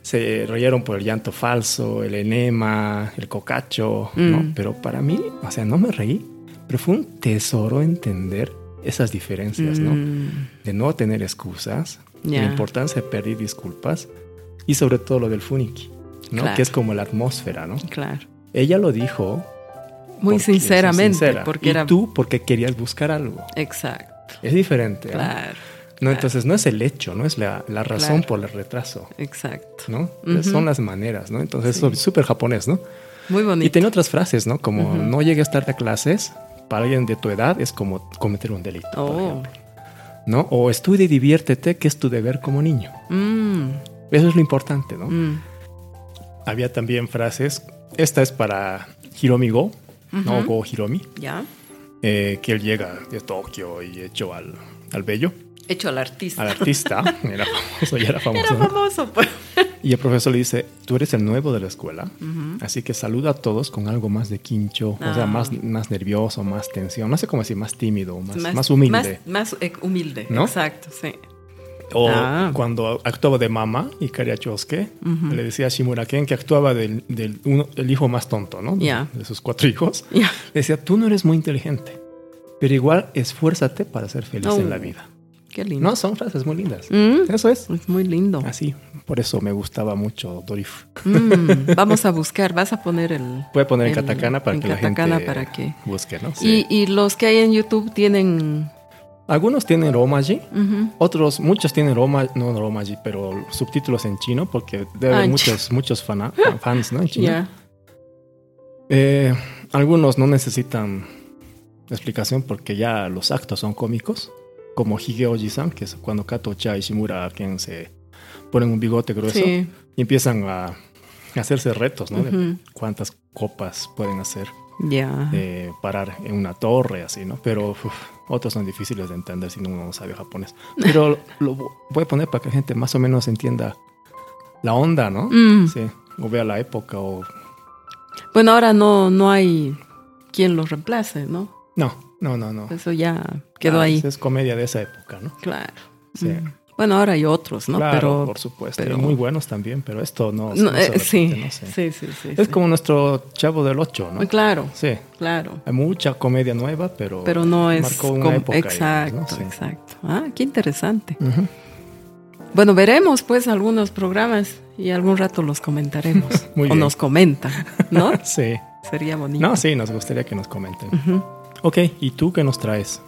[SPEAKER 2] se reyeron por el llanto falso, el enema, el cocacho, ¿no?
[SPEAKER 1] Mm.
[SPEAKER 2] Pero para mí, o sea, no me reí, pero fue un tesoro entender esas diferencias, ¿no?
[SPEAKER 1] mm,
[SPEAKER 2] De no tener excusas,
[SPEAKER 1] Ya.
[SPEAKER 2] la importancia de pedir disculpas y sobre todo lo del funiki, ¿no?
[SPEAKER 1] Claro.
[SPEAKER 2] Que es como la atmósfera, ¿no?
[SPEAKER 1] Claro.
[SPEAKER 2] Ella lo dijo
[SPEAKER 1] Muy
[SPEAKER 2] porque soy
[SPEAKER 1] sinceramente,
[SPEAKER 2] sincera.
[SPEAKER 1] porque
[SPEAKER 2] y
[SPEAKER 1] era.
[SPEAKER 2] tú porque querías buscar algo.
[SPEAKER 1] Exacto.
[SPEAKER 2] Es diferente. ¿eh?
[SPEAKER 1] Claro,
[SPEAKER 2] No, entonces no es el hecho, no es la, la razón
[SPEAKER 1] Claro.
[SPEAKER 2] por el retraso,
[SPEAKER 1] exacto.
[SPEAKER 2] ¿no?
[SPEAKER 1] Ujú.
[SPEAKER 2] Son las maneras, ¿no? Entonces
[SPEAKER 1] Sí.
[SPEAKER 2] soy súper japonés, ¿no?
[SPEAKER 1] Muy
[SPEAKER 2] Mm. Y
[SPEAKER 1] bonito.
[SPEAKER 2] tenía otras frases, ¿no? Como
[SPEAKER 1] Ujú.
[SPEAKER 2] no llegues tarde a clases, para alguien de tu edad es como cometer un delito, por
[SPEAKER 1] Oh,
[SPEAKER 2] ejemplo, ¿no? O estudia y diviértete, que es tu deber como niño.
[SPEAKER 1] mm,
[SPEAKER 2] Eso es lo importante, ¿no?
[SPEAKER 1] mm,
[SPEAKER 2] Había también frases, esta es para Hiromi Go, ¿no?
[SPEAKER 1] Ujú.
[SPEAKER 2] Go Hiromi,
[SPEAKER 1] ya.
[SPEAKER 2] eh, que él llega de Tokio y hecho al, al bello,
[SPEAKER 1] Hecho al artista.
[SPEAKER 2] al artista, era famoso, ya era famoso.
[SPEAKER 1] Era
[SPEAKER 2] ¿no?
[SPEAKER 1] famoso, pues.
[SPEAKER 2] Y el profesor le dice, tú eres el nuevo de la escuela, así que saluda a todos con algo más de quincho, o
[SPEAKER 1] Ah.
[SPEAKER 2] sea, más, más nervioso, más tensión, no sé cómo decir, más tímido, más, más,
[SPEAKER 1] Más,
[SPEAKER 2] humilde.
[SPEAKER 1] más, eh, humilde,
[SPEAKER 2] ¿No?
[SPEAKER 1] exacto, sí.
[SPEAKER 2] O
[SPEAKER 1] Ah.
[SPEAKER 2] cuando actuaba de mamá, y Chosuke,
[SPEAKER 1] Ujú.
[SPEAKER 2] le decía a Shimuraken que actuaba del, del uno- el hijo más tonto, ¿no?
[SPEAKER 1] Ya.
[SPEAKER 2] De sus cuatro hijos.
[SPEAKER 1] Ya.
[SPEAKER 2] Le decía, tú no eres muy inteligente, pero igual esfuérzate para ser feliz
[SPEAKER 1] Oh.
[SPEAKER 2] en la vida.
[SPEAKER 1] Qué lindo.
[SPEAKER 2] No, Ah. son frases muy lindas.
[SPEAKER 1] Mm,
[SPEAKER 2] Eso es.
[SPEAKER 1] es muy lindo.
[SPEAKER 2] Así, por eso me gustaba mucho Dorif.
[SPEAKER 1] Mm, vamos a buscar, vas a poner el...
[SPEAKER 2] Voy a poner en
[SPEAKER 1] el-
[SPEAKER 2] katakana para
[SPEAKER 1] en
[SPEAKER 2] que
[SPEAKER 1] katakana
[SPEAKER 2] la gente
[SPEAKER 1] para que-
[SPEAKER 2] busque, ¿no?
[SPEAKER 1] Y, y los que hay en YouTube tienen...
[SPEAKER 2] Algunos tienen romaji,
[SPEAKER 1] ujú,
[SPEAKER 2] otros, muchos tienen roma, no romaji, pero subtítulos en chino porque debe
[SPEAKER 1] Ah,
[SPEAKER 2] haber
[SPEAKER 1] en
[SPEAKER 2] muchos, muchos fana- fans, ¿no? En
[SPEAKER 1] Ya.
[SPEAKER 2] chino. Eh, algunos no necesitan explicación porque ya los actos son cómicos. como Higeo Jisan, que es cuando Kato Cha y Shimura quien se ponen un bigote grueso
[SPEAKER 1] Sí.
[SPEAKER 2] y empiezan a hacerse retos, ¿no?
[SPEAKER 1] Ujú.
[SPEAKER 2] De cuántas copas pueden hacer
[SPEAKER 1] Ya.
[SPEAKER 2] de parar en una torre, así, ¿no? Pero uf, otros son difíciles de entender si uno no sabe japonés. Pero lo, lo voy a poner para que la gente más o menos entienda la onda, ¿no?
[SPEAKER 1] Mm.
[SPEAKER 2] Sí, o vea la época o...
[SPEAKER 1] Bueno, ahora no, no hay quien los reemplace, ¿no?
[SPEAKER 2] No, no, no, no.
[SPEAKER 1] Eso ya quedó
[SPEAKER 2] Ah,
[SPEAKER 1] ahí.
[SPEAKER 2] Es comedia de esa época, ¿no?
[SPEAKER 1] Claro.
[SPEAKER 2] Sí.
[SPEAKER 1] Mm. Bueno, ahora hay otros, ¿no?
[SPEAKER 2] claro,
[SPEAKER 1] pero
[SPEAKER 2] por supuesto.
[SPEAKER 1] pero-
[SPEAKER 2] y muy buenos también, pero esto no...
[SPEAKER 1] No,
[SPEAKER 2] no
[SPEAKER 1] eh,
[SPEAKER 2] se repite,
[SPEAKER 1] sí,
[SPEAKER 2] no sé.
[SPEAKER 1] sí, sí, sí,
[SPEAKER 2] Es
[SPEAKER 1] sí.
[SPEAKER 2] como nuestro Chavo del Ocho, ¿no?
[SPEAKER 1] Muy Claro,
[SPEAKER 2] Sí,
[SPEAKER 1] claro.
[SPEAKER 2] hay mucha comedia nueva, pero...
[SPEAKER 1] Pero no es
[SPEAKER 2] Marcó una
[SPEAKER 1] como-
[SPEAKER 2] época,
[SPEAKER 1] exacto,
[SPEAKER 2] digamos, ¿no? Sí.
[SPEAKER 1] exacto. Ah, qué interesante.
[SPEAKER 2] Ujú.
[SPEAKER 1] Bueno, veremos pues algunos programas y algún rato los comentaremos
[SPEAKER 2] Muy
[SPEAKER 1] o
[SPEAKER 2] bien.
[SPEAKER 1] nos comentan, ¿no?
[SPEAKER 2] Sí.
[SPEAKER 1] Sería bonito.
[SPEAKER 2] No, sí, nos gustaría que nos comenten.
[SPEAKER 1] Ujú.
[SPEAKER 2] Ok, ¿y tú qué nos traes?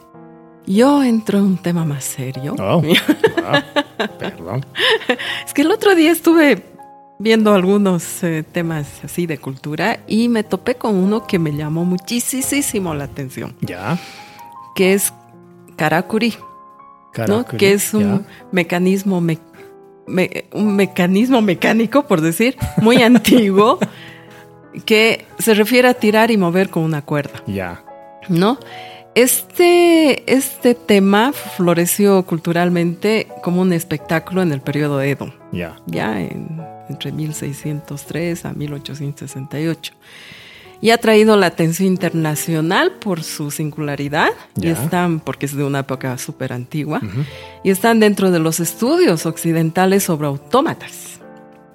[SPEAKER 1] Yo entro en un tema más serio.
[SPEAKER 2] Oh, ah, perdón.
[SPEAKER 1] Es que el otro día estuve viendo algunos eh, temas así de cultura y me topé con uno que me llamó muchísimo la atención,
[SPEAKER 2] Ya.
[SPEAKER 1] que es Karakuri, ¿no?
[SPEAKER 2] Karakuri,
[SPEAKER 1] Que es un mecanismo me- me- un mecanismo mecánico, por decir, muy antiguo, que se refiere a tirar y mover con una cuerda.
[SPEAKER 2] Ya.
[SPEAKER 1] ¿no? Este, este tema floreció culturalmente como un espectáculo en el periodo Edo,
[SPEAKER 2] ya, ya.
[SPEAKER 1] ya en- entre 1603 a 1868. Y ha traído la atención internacional por su singularidad, y
[SPEAKER 2] Ya. Mm.
[SPEAKER 1] están, porque es de una época súper antigua,
[SPEAKER 2] Ujú.
[SPEAKER 1] y están dentro de los estudios occidentales sobre autómatas.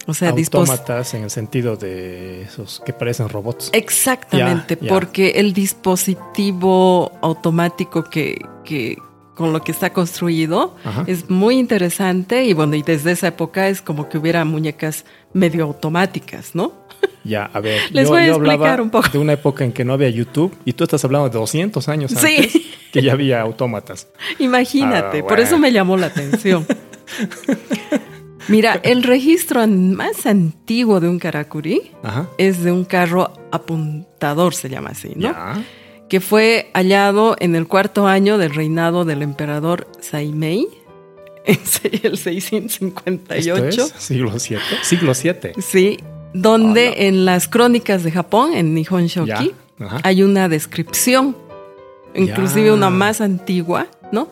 [SPEAKER 1] O sea, dispos-
[SPEAKER 2] Autómatas en el sentido de esos que parecen robots.
[SPEAKER 1] Eh, Exactamente,
[SPEAKER 2] Ya, ya.
[SPEAKER 1] porque el dispositivo automático que, que- con lo que está construido
[SPEAKER 2] Ajá.
[SPEAKER 1] es muy interesante y bueno, y desde esa época es como que hubiera muñecas medio automáticas, ¿no?
[SPEAKER 2] Ya, a ver.
[SPEAKER 1] Les
[SPEAKER 2] yo,
[SPEAKER 1] voy a
[SPEAKER 2] yo hablaba
[SPEAKER 1] explicar un poco.
[SPEAKER 2] De una época en que no había YouTube y tú estás hablando de 200 años
[SPEAKER 1] Sí.
[SPEAKER 2] antes que ya había autómatas.
[SPEAKER 1] Imagínate,
[SPEAKER 2] Ah,
[SPEAKER 1] por
[SPEAKER 2] bueno.
[SPEAKER 1] eso me llamó la atención. Mira, el registro an- más antiguo de un karakuri
[SPEAKER 2] Ajá.
[SPEAKER 1] es de un carro apuntador, se llama así, ¿no?
[SPEAKER 2] Ya.
[SPEAKER 1] que fue hallado en el cuarto año del reinado del emperador Saimei, en se- el
[SPEAKER 2] Esto
[SPEAKER 1] 658.
[SPEAKER 2] es siglo 7. Siglo 7.
[SPEAKER 1] Sí, donde
[SPEAKER 2] Hola.
[SPEAKER 1] en las crónicas de Japón, en Nihon
[SPEAKER 2] Ya.
[SPEAKER 1] Shoki,
[SPEAKER 2] Ajá.
[SPEAKER 1] hay una descripción, inclusive
[SPEAKER 2] Ya.
[SPEAKER 1] una más antigua, ¿no?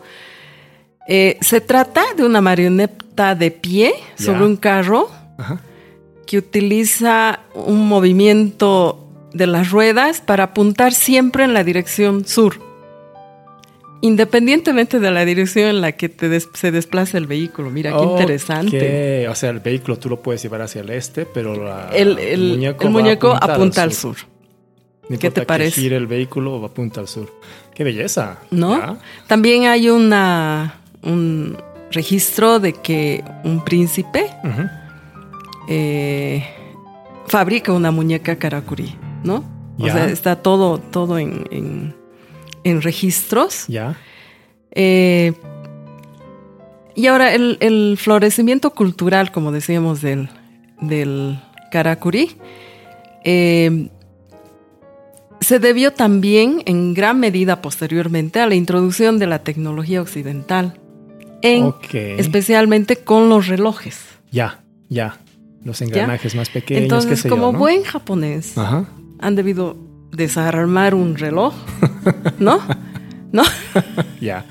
[SPEAKER 1] Eh, se trata de una marioneta de pie
[SPEAKER 2] Ya.
[SPEAKER 1] sobre un carro
[SPEAKER 2] Ajá.
[SPEAKER 1] que utiliza un movimiento de las ruedas para apuntar siempre en la dirección sur, independientemente de la dirección en la que te des- se desplaza el vehículo. Mira, qué interesante.
[SPEAKER 2] Ok, O sea, el vehículo tú lo puedes llevar hacia el este, pero la-
[SPEAKER 1] El, el- el muñeco,
[SPEAKER 2] va a apuntar
[SPEAKER 1] apunta al sur.
[SPEAKER 2] No
[SPEAKER 1] ¿Qué
[SPEAKER 2] importa
[SPEAKER 1] te parece?
[SPEAKER 2] Que gire el vehículo apunta al sur. Qué belleza.
[SPEAKER 1] ¿No?
[SPEAKER 2] ¿ya?
[SPEAKER 1] También hay una, un registro de que un príncipe
[SPEAKER 2] Ujú.
[SPEAKER 1] eh, fabrica una muñeca Karakuri, ¿no? O
[SPEAKER 2] Ya.
[SPEAKER 1] sea, está todo, todo en, en- en registros.
[SPEAKER 2] Ya.
[SPEAKER 1] Eh, y ahora el, el florecimiento cultural, como decíamos, del, del Karakuri, eh, se debió también en gran medida posteriormente a la introducción de la tecnología occidental, en-
[SPEAKER 2] Ok.
[SPEAKER 1] especialmente con los relojes.
[SPEAKER 2] Ya, ya. Los engranajes más pequeños, qué
[SPEAKER 1] Entonces,
[SPEAKER 2] sé
[SPEAKER 1] como
[SPEAKER 2] yo, ¿no? Ah.
[SPEAKER 1] buen japonés,
[SPEAKER 2] Ajá.
[SPEAKER 1] han debido desarmar un reloj, ¿no? ¿No?
[SPEAKER 2] Ya.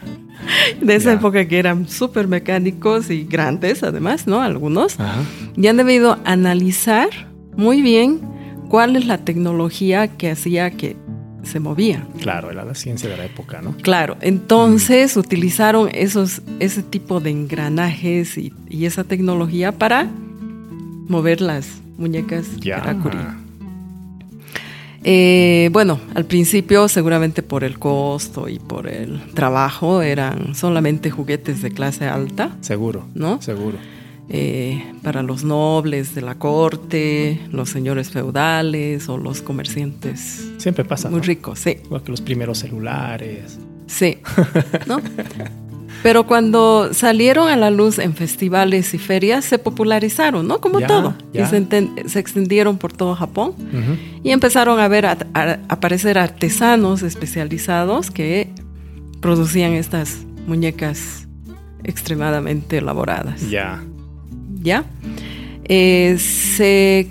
[SPEAKER 1] De esa
[SPEAKER 2] Ya.
[SPEAKER 1] época que eran súper mecánicos y grandes, además, ¿no? Algunos.
[SPEAKER 2] Ajá.
[SPEAKER 1] Y han debido analizar muy bien cuál es la tecnología que hacía que se movía.
[SPEAKER 2] Claro, era la ciencia de la época, ¿no?
[SPEAKER 1] Claro, entonces utilizaron esos, ese tipo de engranajes y, y esa tecnología para mover las muñecas
[SPEAKER 2] Ya.
[SPEAKER 1] Karakuri. Eh, bueno, al principio seguramente por el costo y por el trabajo eran solamente juguetes de clase alta,
[SPEAKER 2] Seguro.
[SPEAKER 1] ¿no?
[SPEAKER 2] Seguro.
[SPEAKER 1] Eh, para los nobles de la corte, los señores feudales o los comerciantes
[SPEAKER 2] Siempre pasa.
[SPEAKER 1] muy
[SPEAKER 2] ¿no?
[SPEAKER 1] ricos, sí,
[SPEAKER 2] Igual que los primeros celulares.
[SPEAKER 1] sí, ¿no? Pero cuando salieron a la luz en festivales y ferias, se popularizaron, ¿no? Como
[SPEAKER 2] Ya,
[SPEAKER 1] todo.
[SPEAKER 2] ya.
[SPEAKER 1] Y se, enten- se extendieron por todo Japón.
[SPEAKER 2] Ujú.
[SPEAKER 1] Y empezaron a ver at- a- aparecer artesanos especializados que producían estas muñecas extremadamente elaboradas.
[SPEAKER 2] Ya.
[SPEAKER 1] ¿Ya? Eh, se-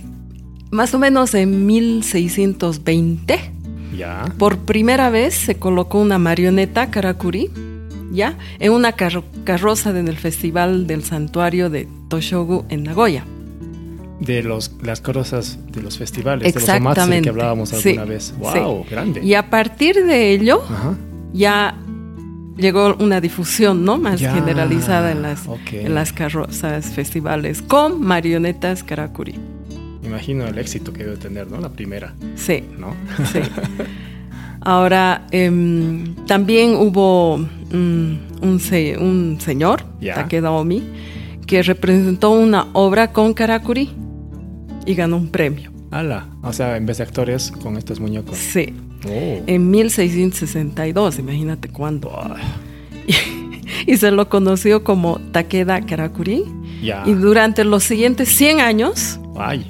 [SPEAKER 1] más o menos en 1620,
[SPEAKER 2] Ya.
[SPEAKER 1] por primera vez se colocó una marioneta Karakuri, ¿ya? En una carro- carroza en el Festival del Santuario de Toshogu en Nagoya.
[SPEAKER 2] De los, las cosas de los festivales, de los amatsu
[SPEAKER 1] Exactamente.
[SPEAKER 2] que hablábamos
[SPEAKER 1] Sí,
[SPEAKER 2] alguna vez. ¡Wow! Grande.
[SPEAKER 1] Y a partir de ello
[SPEAKER 2] Ajá.
[SPEAKER 1] ya llegó una difusión, ¿no? Más
[SPEAKER 2] Ya,
[SPEAKER 1] generalizada en las,
[SPEAKER 2] ok.
[SPEAKER 1] en las carrozas festivales con marionetas Karakuri.
[SPEAKER 2] Imagino el éxito que debe tener, ¿no? La primera,
[SPEAKER 1] Sí.
[SPEAKER 2] ¿no?
[SPEAKER 1] Sí. Ahora, em, también hubo mm, un, se- un señor,
[SPEAKER 2] Ya.
[SPEAKER 1] Takeda Omi, que representó una obra con Karakuri y ganó un premio.
[SPEAKER 2] ¡Hala! O sea, en vez de actores, con estos muñecos.
[SPEAKER 1] Sí,
[SPEAKER 2] ¡Oh!
[SPEAKER 1] en 1662, imagínate cuándo. Y, se lo conoció como Takeda Karakuri.
[SPEAKER 2] Ya.
[SPEAKER 1] Y durante los siguientes 100 años
[SPEAKER 2] ¡Ay!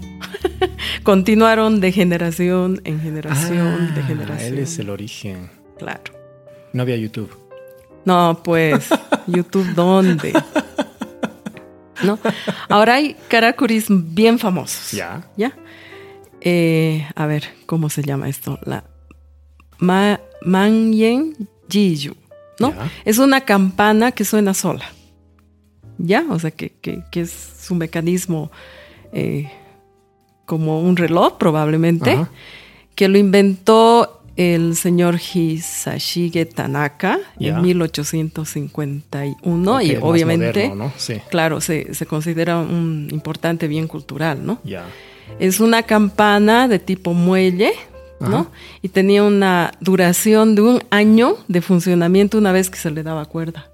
[SPEAKER 1] continuaron de generación en generación, de
[SPEAKER 2] Ah,
[SPEAKER 1] generación.
[SPEAKER 2] Él es el origen.
[SPEAKER 1] Claro.
[SPEAKER 2] No había YouTube.
[SPEAKER 1] No, pues, YouTube, ¿dónde? ¿No? Ahora hay karakuris bien famosos.
[SPEAKER 2] Ya.
[SPEAKER 1] ¿Ya? Eh, a ver, ¿cómo se llama esto? La Ma- Manyen Jiyu, ¿no?
[SPEAKER 2] Ya.
[SPEAKER 1] Es una campana que suena sola. ¿Ya? O sea, que, que- que es su mecanismo eh, como un reloj, probablemente,
[SPEAKER 2] Ajá.
[SPEAKER 1] que lo inventó el señor Hisashige Tanaka
[SPEAKER 2] Ya.
[SPEAKER 1] en 1851
[SPEAKER 2] Ok,
[SPEAKER 1] y
[SPEAKER 2] más
[SPEAKER 1] obviamente,
[SPEAKER 2] moderno, ¿no? Sí.
[SPEAKER 1] claro, se, se considera un importante bien cultural, ¿no?
[SPEAKER 2] Ya.
[SPEAKER 1] Es una campana de tipo muelle,
[SPEAKER 2] Ajá.
[SPEAKER 1] ¿no? Y tenía una duración de un año de funcionamiento una vez que se le daba cuerda.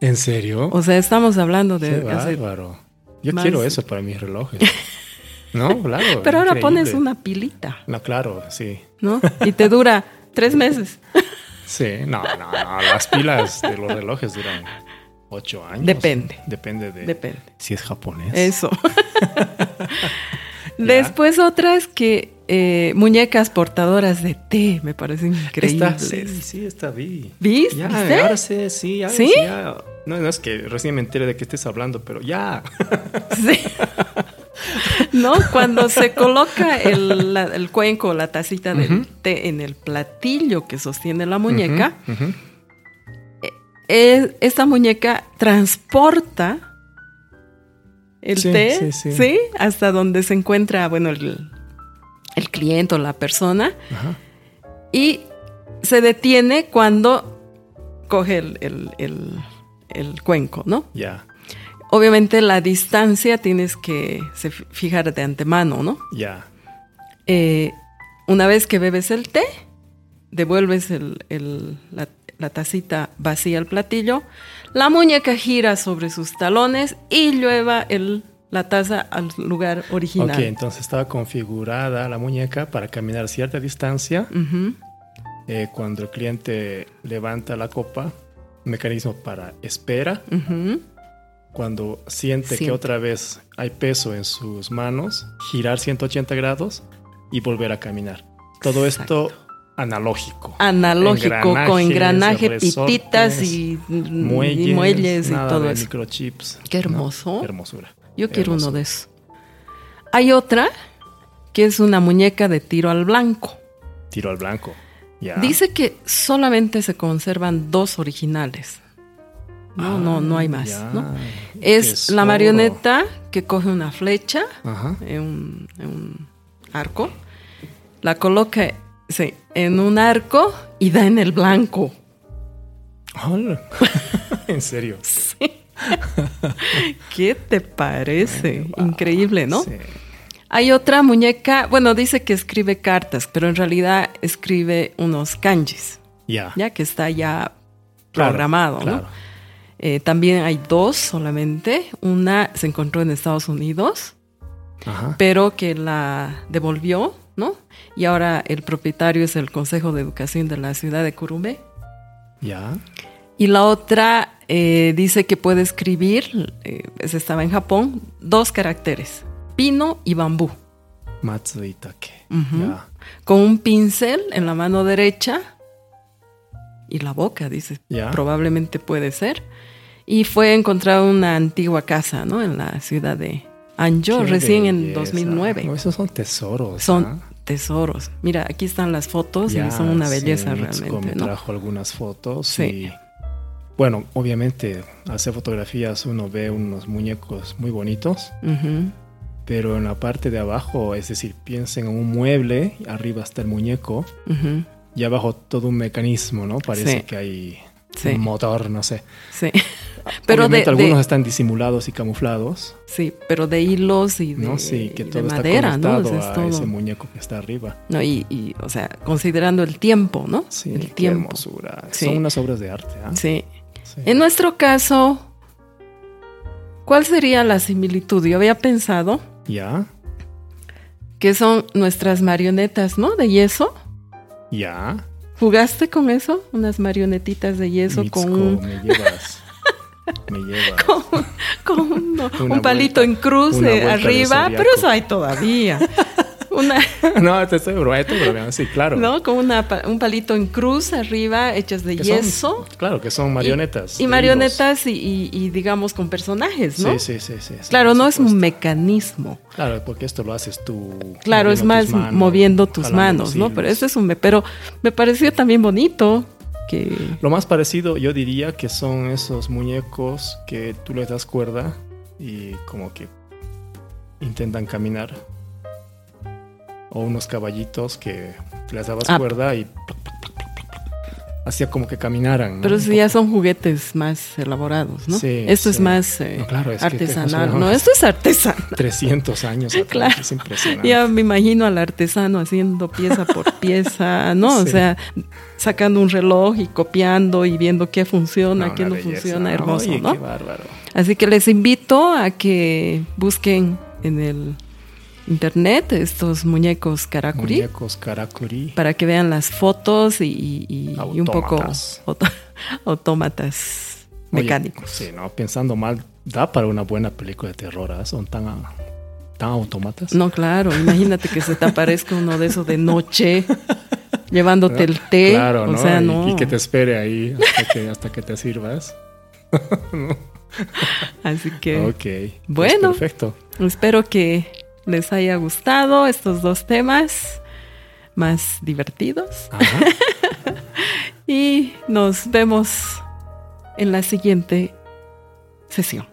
[SPEAKER 2] ¿En serio?
[SPEAKER 1] O sea, estamos hablando
[SPEAKER 2] Qué
[SPEAKER 1] de hace-
[SPEAKER 2] bárbaro. Yo
[SPEAKER 1] más-
[SPEAKER 2] quiero eso para mis relojes. No, claro.
[SPEAKER 1] Pero ahora
[SPEAKER 2] increíble.
[SPEAKER 1] pones una pilita,
[SPEAKER 2] No, claro, sí.
[SPEAKER 1] ¿no? Y te dura tres meses.
[SPEAKER 2] Sí, no, no, no. Las pilas de los relojes duran ocho años.
[SPEAKER 1] Depende.
[SPEAKER 2] Depende de.
[SPEAKER 1] Depende.
[SPEAKER 2] Si es japonés.
[SPEAKER 1] Eso. Después otras que eh, muñecas portadoras de té, me parecen
[SPEAKER 2] Esta,
[SPEAKER 1] increíbles.
[SPEAKER 2] sí, sí, esta vi.
[SPEAKER 1] ¿Vis-
[SPEAKER 2] Ya,
[SPEAKER 1] ¿Viste?
[SPEAKER 2] ahora sí, sí, ahora
[SPEAKER 1] ¿Sí?
[SPEAKER 2] sí. ya. No, no es que recién me enteré de que estés hablando, pero ya.
[SPEAKER 1] Sí. ¿No? Cuando se coloca el, la- el cuenco, la tacita del té en el platillo que sostiene la muñeca,
[SPEAKER 2] Ujú, ujú.
[SPEAKER 1] es- esta muñeca transporta el
[SPEAKER 2] Sí,
[SPEAKER 1] té,
[SPEAKER 2] sí, sí.
[SPEAKER 1] Hasta donde se encuentra, bueno, el, el cliente o la persona.
[SPEAKER 2] Ajá.
[SPEAKER 1] Y se detiene cuando coge el, el- el- el cuenco, ¿no?
[SPEAKER 2] Ya,
[SPEAKER 1] Obviamente la distancia tienes que se fi- fijar de antemano, ¿no?
[SPEAKER 2] ya.
[SPEAKER 1] Eh, una vez que bebes el té, devuelves el- el- la, la tacita vacía al platillo, la muñeca gira sobre sus talones y lleva el- la taza al lugar original.
[SPEAKER 2] Ok, entonces estaba configurada la muñeca para caminar cierta distancia.
[SPEAKER 1] Ujú.
[SPEAKER 2] Eh, cuando el cliente levanta la copa, un mecanismo para espera.
[SPEAKER 1] Ujú.
[SPEAKER 2] Cuando siente
[SPEAKER 1] Siente.
[SPEAKER 2] que otra vez hay peso en sus manos, girar 180 grados y volver a caminar. Todo
[SPEAKER 1] Exacto.
[SPEAKER 2] esto analógico.
[SPEAKER 1] analógico con
[SPEAKER 2] Engranajes,
[SPEAKER 1] engranaje,
[SPEAKER 2] resortes,
[SPEAKER 1] pititas y mm, y muelles
[SPEAKER 2] Muelles,
[SPEAKER 1] y,
[SPEAKER 2] nada
[SPEAKER 1] todo
[SPEAKER 2] de
[SPEAKER 1] eso.
[SPEAKER 2] microchips.
[SPEAKER 1] Qué
[SPEAKER 2] ¿no?
[SPEAKER 1] hermoso.
[SPEAKER 2] Qué hermosura.
[SPEAKER 1] Yo quiero
[SPEAKER 2] Hermoso.
[SPEAKER 1] uno de esos. Hay otra que es una muñeca de tiro al blanco.
[SPEAKER 2] Tiro al blanco. Ya.
[SPEAKER 1] Dice que solamente se conservan dos originales. No,
[SPEAKER 2] Ah,
[SPEAKER 1] no, no hay más.
[SPEAKER 2] ya.
[SPEAKER 1] ¿no?
[SPEAKER 2] Qué
[SPEAKER 1] Es la
[SPEAKER 2] tesoro.
[SPEAKER 1] marioneta que coge una flecha
[SPEAKER 2] Ajá.
[SPEAKER 1] en un, en un arco, la coloca sí, en un arco y da en el blanco.
[SPEAKER 2] Hola. en serio.
[SPEAKER 1] ¿Qué te parece? Increíble, ¿no?
[SPEAKER 2] Sí.
[SPEAKER 1] Hay otra muñeca, bueno, dice que escribe cartas, pero en realidad escribe unos kanjis,
[SPEAKER 2] Ya.
[SPEAKER 1] ya que está ya
[SPEAKER 2] Claro,
[SPEAKER 1] programado, ¿no?
[SPEAKER 2] claro.
[SPEAKER 1] Eh, también hay dos solamente. Una se encontró en Estados Unidos,
[SPEAKER 2] Ajá.
[SPEAKER 1] pero que la devolvió, ¿no? Y ahora el propietario es el Consejo de Educación de la ciudad de Curume.
[SPEAKER 2] Ya.
[SPEAKER 1] Y la otra eh, dice que puede escribir, eh, esa estaba en Japón, dos caracteres, pino y bambú,
[SPEAKER 2] Matsu Itake.
[SPEAKER 1] Ujú.
[SPEAKER 2] Ya.
[SPEAKER 1] con un pincel en la mano derecha y la boca, dice.
[SPEAKER 2] Ya.
[SPEAKER 1] Probablemente puede ser. Y fue encontrado una antigua casa, ¿no? En la ciudad de Anjou,
[SPEAKER 2] Qué
[SPEAKER 1] recién en
[SPEAKER 2] belleza.
[SPEAKER 1] 2009.
[SPEAKER 2] No, esos son tesoros.
[SPEAKER 1] Son
[SPEAKER 2] ¿ah?
[SPEAKER 1] tesoros. Mira, aquí están las fotos
[SPEAKER 2] Ya,
[SPEAKER 1] y son una
[SPEAKER 2] sí,
[SPEAKER 1] belleza
[SPEAKER 2] Mitsuko
[SPEAKER 1] realmente,
[SPEAKER 2] me
[SPEAKER 1] ¿no?
[SPEAKER 2] trajo algunas fotos
[SPEAKER 1] Sí.
[SPEAKER 2] y bueno, obviamente hacer fotografías uno ve unos muñecos muy bonitos,
[SPEAKER 1] Ujú.
[SPEAKER 2] pero en la parte de abajo, es decir, piensen en un mueble, arriba está el muñeco
[SPEAKER 1] Ujú,
[SPEAKER 2] y abajo todo un mecanismo, ¿no? Parece
[SPEAKER 1] Sí.
[SPEAKER 2] que hay
[SPEAKER 1] Sí,
[SPEAKER 2] un motor, no sé.
[SPEAKER 1] sí. Pero de,
[SPEAKER 2] obviamente
[SPEAKER 1] de-
[SPEAKER 2] algunos están disimulados y camuflados,
[SPEAKER 1] sí, pero de hilos y de,
[SPEAKER 2] ¿no? Sí, que
[SPEAKER 1] y de
[SPEAKER 2] todo está
[SPEAKER 1] madera, ¿no? O
[SPEAKER 2] conectado
[SPEAKER 1] sea, es
[SPEAKER 2] a
[SPEAKER 1] todo-
[SPEAKER 2] ese muñeco que está arriba.
[SPEAKER 1] no, y, y, o sea, considerando el tiempo, ¿no?
[SPEAKER 2] Sí,
[SPEAKER 1] el
[SPEAKER 2] qué
[SPEAKER 1] tiempo.
[SPEAKER 2] hermosura.
[SPEAKER 1] Sí.
[SPEAKER 2] Son unas obras de arte. ¿ah?
[SPEAKER 1] Sí.
[SPEAKER 2] Sí.
[SPEAKER 1] En nuestro caso, ¿cuál sería la similitud? Yo había pensado
[SPEAKER 2] Ya,
[SPEAKER 1] que son nuestras marionetas, ¿no? De yeso.
[SPEAKER 2] ya.
[SPEAKER 1] ¿Jugaste con eso? Unas marionetitas de yeso con
[SPEAKER 2] Mitsuko,
[SPEAKER 1] un,
[SPEAKER 2] me llevas. me llevas.
[SPEAKER 1] con un- un
[SPEAKER 2] vuelta-
[SPEAKER 1] palito en cruz
[SPEAKER 2] una
[SPEAKER 1] eh,
[SPEAKER 2] vuelta de
[SPEAKER 1] arriba,
[SPEAKER 2] zodiaco.
[SPEAKER 1] pero eso hay todavía. Una,
[SPEAKER 2] no, te estoy bromeando, te estoy bromeando, sí, claro.
[SPEAKER 1] ¿no? Con una pa- un palito en cruz arriba, hechas de
[SPEAKER 2] Que son-
[SPEAKER 1] yeso.
[SPEAKER 2] claro, que son marionetas.
[SPEAKER 1] Y
[SPEAKER 2] de
[SPEAKER 1] marionetas y, y- y, digamos con personajes,
[SPEAKER 2] hilos.
[SPEAKER 1] ¿no?
[SPEAKER 2] Sí, sí, sí, sí, sí,
[SPEAKER 1] Claro,
[SPEAKER 2] por
[SPEAKER 1] no es un
[SPEAKER 2] supuesto.
[SPEAKER 1] mecanismo.
[SPEAKER 2] Claro, porque esto lo haces tú.
[SPEAKER 1] Claro, es
[SPEAKER 2] moviendo
[SPEAKER 1] más
[SPEAKER 2] tus manos,
[SPEAKER 1] moviendo tus
[SPEAKER 2] jalando
[SPEAKER 1] manos,
[SPEAKER 2] los
[SPEAKER 1] ¿no? Pero
[SPEAKER 2] hilos.
[SPEAKER 1] eso es un me- pero me pareció también bonito que
[SPEAKER 2] Lo más parecido, yo diría que son esos muñecos que tú les das cuerda y como que intentan caminar. O unos caballitos que les dabas
[SPEAKER 1] Ah.
[SPEAKER 2] cuerda y hacía como que caminaran. ¿no?
[SPEAKER 1] pero
[SPEAKER 2] Un
[SPEAKER 1] si ya son juguetes más elaborados, ¿no?
[SPEAKER 2] Sí,
[SPEAKER 1] Esto es
[SPEAKER 2] sí.
[SPEAKER 1] más eh,
[SPEAKER 2] No, claro, es que
[SPEAKER 1] artesanal,
[SPEAKER 2] tenemos una-
[SPEAKER 1] no, esto es artesanal.
[SPEAKER 2] 300 años atrás,
[SPEAKER 1] Claro.
[SPEAKER 2] es impresionante.
[SPEAKER 1] Ya me imagino al artesano haciendo pieza por pieza, ¿no? O
[SPEAKER 2] Sí.
[SPEAKER 1] sea, sacando un reloj y copiando y viendo qué
[SPEAKER 2] No,
[SPEAKER 1] funciona,
[SPEAKER 2] una
[SPEAKER 1] qué no
[SPEAKER 2] belleza.
[SPEAKER 1] funciona, hermoso,
[SPEAKER 2] Oye,
[SPEAKER 1] ¿no?
[SPEAKER 2] qué bárbaro.
[SPEAKER 1] Así que les invito a que busquen en el internet estos muñecos karakuri
[SPEAKER 2] Muñecos karakuri.
[SPEAKER 1] para que vean las fotos y, y- y- y un poco
[SPEAKER 2] Autómatas.
[SPEAKER 1] auto- autómatas
[SPEAKER 2] Oye,
[SPEAKER 1] mecánicos.
[SPEAKER 2] sí, no, pensando mal, da para una buena película de terror, ¿ah? Son tan, tan automatas.
[SPEAKER 1] No, claro, imagínate que se te aparezca uno de esos de noche llevándote el té,
[SPEAKER 2] Claro,
[SPEAKER 1] o
[SPEAKER 2] ¿no?
[SPEAKER 1] sea,
[SPEAKER 2] Y-
[SPEAKER 1] no.
[SPEAKER 2] Y, que te espere ahí hasta que, hasta que te sirvas.
[SPEAKER 1] Así que
[SPEAKER 2] Ok. pues
[SPEAKER 1] Bueno.
[SPEAKER 2] perfecto.
[SPEAKER 1] espero que les haya gustado estos dos temas más divertidos
[SPEAKER 2] Ajá.
[SPEAKER 1] y nos vemos en la siguiente sesión.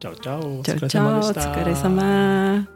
[SPEAKER 2] Chao, chao.
[SPEAKER 1] Chao, chao,
[SPEAKER 2] Otsukaresama deした
[SPEAKER 1] Tsukaresama.